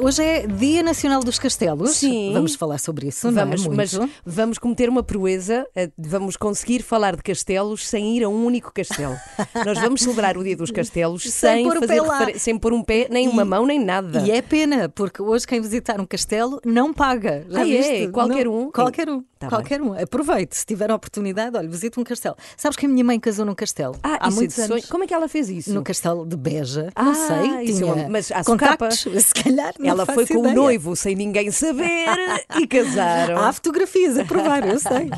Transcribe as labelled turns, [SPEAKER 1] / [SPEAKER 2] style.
[SPEAKER 1] Hoje é Dia Nacional dos Castelos.
[SPEAKER 2] Sim.
[SPEAKER 1] Vamos falar sobre isso,
[SPEAKER 2] Vamos,
[SPEAKER 1] não é?
[SPEAKER 2] mas
[SPEAKER 1] Muito.
[SPEAKER 2] vamos cometer uma proeza, eh, vamos conseguir falar de castelos sem ir a um único castelo. Nós vamos celebrar o Dia dos Castelos sem,
[SPEAKER 1] pôr o
[SPEAKER 2] fazer
[SPEAKER 1] pé lá.
[SPEAKER 2] referen- sem pôr um pé, nem uma mão, nem nada.
[SPEAKER 1] E é pena, porque hoje quem visitar um castelo não paga. Já
[SPEAKER 2] Ah, é?
[SPEAKER 1] viste?
[SPEAKER 2] Qualquer
[SPEAKER 1] Não-
[SPEAKER 2] um?
[SPEAKER 1] Qualquer um.
[SPEAKER 2] Tá
[SPEAKER 1] qualquer um. Aproveite, se tiver a oportunidade, olha, visite um castelo. Sabes que a minha mãe casou num castelo
[SPEAKER 2] Ah,
[SPEAKER 1] há
[SPEAKER 2] isso é
[SPEAKER 1] muitos
[SPEAKER 2] de sonho.
[SPEAKER 1] anos.
[SPEAKER 2] Como é que ela fez isso?
[SPEAKER 1] No castelo de Beja,
[SPEAKER 2] Ah,
[SPEAKER 1] não sei,
[SPEAKER 2] isso é
[SPEAKER 1] tinha
[SPEAKER 2] uma- mas à
[SPEAKER 1] contactos, se calhar. não
[SPEAKER 2] ela foi
[SPEAKER 1] faço
[SPEAKER 2] com um o é?
[SPEAKER 1] ideia.
[SPEAKER 2] noivo sem ninguém saber e casaram.
[SPEAKER 1] Há fotografias a provar, eu sei.